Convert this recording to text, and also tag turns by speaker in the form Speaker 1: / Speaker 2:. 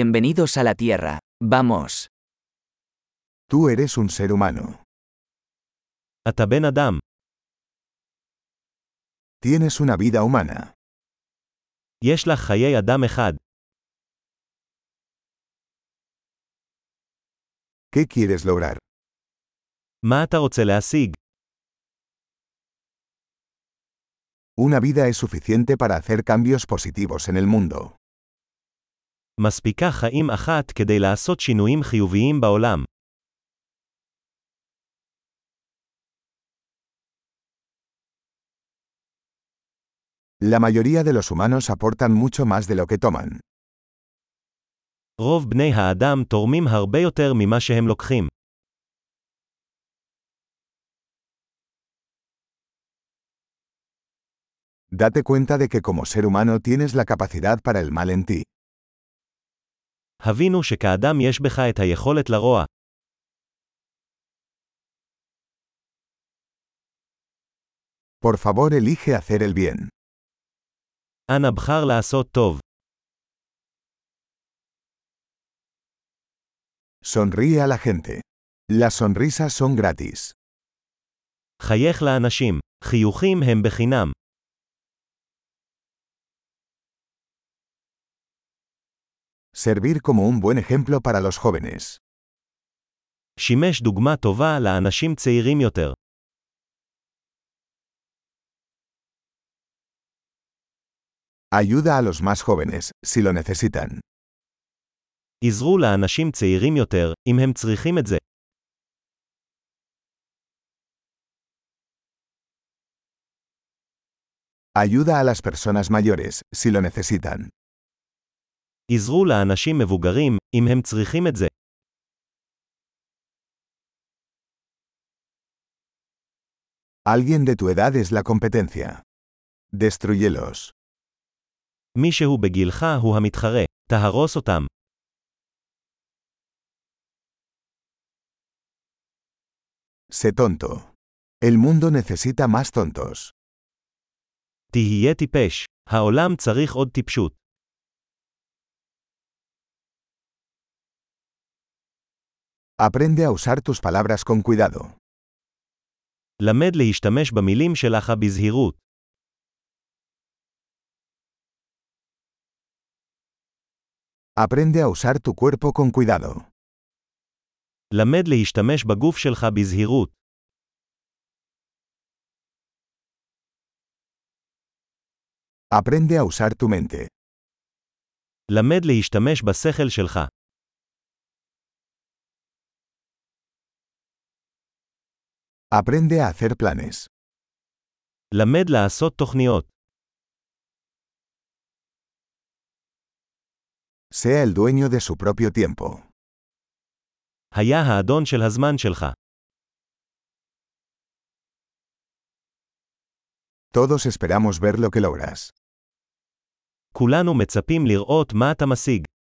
Speaker 1: Bienvenidos a la Tierra. Vamos.
Speaker 2: Tú eres un ser humano.
Speaker 3: אתה בן אדם,
Speaker 2: Tienes una vida humana.
Speaker 3: יש לך חיי אדם אחד.
Speaker 2: ¿Qué quieres lograr?
Speaker 3: מה אתה רוצה להשיג?
Speaker 2: Una vida es suficiente para hacer cambios positivos en el mundo.
Speaker 3: מספיקה חיים אחת כדי לעשות שינויים חיוביים בעולם.
Speaker 2: La mayoría de los humanos aportan mucho más de lo que toman.
Speaker 3: רוב בני האדם תורמים הרבה יותר ממה שהם לוקחים.
Speaker 2: Date cuenta de que como ser humano tienes la capacidad para el mal en ti.
Speaker 3: הבינו שכאדם יש בך את היכולת לרוע.
Speaker 2: Por favor, elige hacer el bien.
Speaker 3: אנא בחר לעשות טוב.
Speaker 2: Sonríe a la gente. Las sonrisas son gratis.
Speaker 3: חייך לאנשים. חיוכים הם בחינם.
Speaker 2: Servir como un buen ejemplo para los jóvenes.
Speaker 3: שימש דוגמה טובה לאנשים צעירים יותר.
Speaker 2: Ayuda a los más jóvenes, si lo necesitan.
Speaker 3: עזרו לאנשים צעירים יותר, אם הם צריכים את זה.
Speaker 2: Ayuda a las personas mayores, si lo necesitan.
Speaker 3: עזרו לאנשים מבוגרים, אם הם צריכים את זה.
Speaker 2: Alguien de tu edad es la competencia. Destruyelos.
Speaker 3: מישהו בגילך הוא המתחרה. תהרוס אותם.
Speaker 2: Sé tonto. El mundo necesita más tontos.
Speaker 3: תהיה טיפש. העולם צריך עוד טיפשות.
Speaker 2: Aprende a usar tus palabras con cuidado.
Speaker 3: למד להשתמש במילים שלך בזהירות.
Speaker 2: Aprende a usar tu cuerpo con cuidado.
Speaker 3: למד להשתמש בגוף שלך בזהירות.
Speaker 2: Aprende a usar tu mente.
Speaker 3: למד להשתמש בשכל שלך.
Speaker 2: Aprende a hacer planes.
Speaker 3: למד לעשות תוכניות.
Speaker 2: Sea el dueño de su propio tiempo.
Speaker 3: היה האדון של הזמן שלך.
Speaker 2: Todos esperamos ver lo que logras.
Speaker 3: כולנו מצפים לראות מה אתה משיג.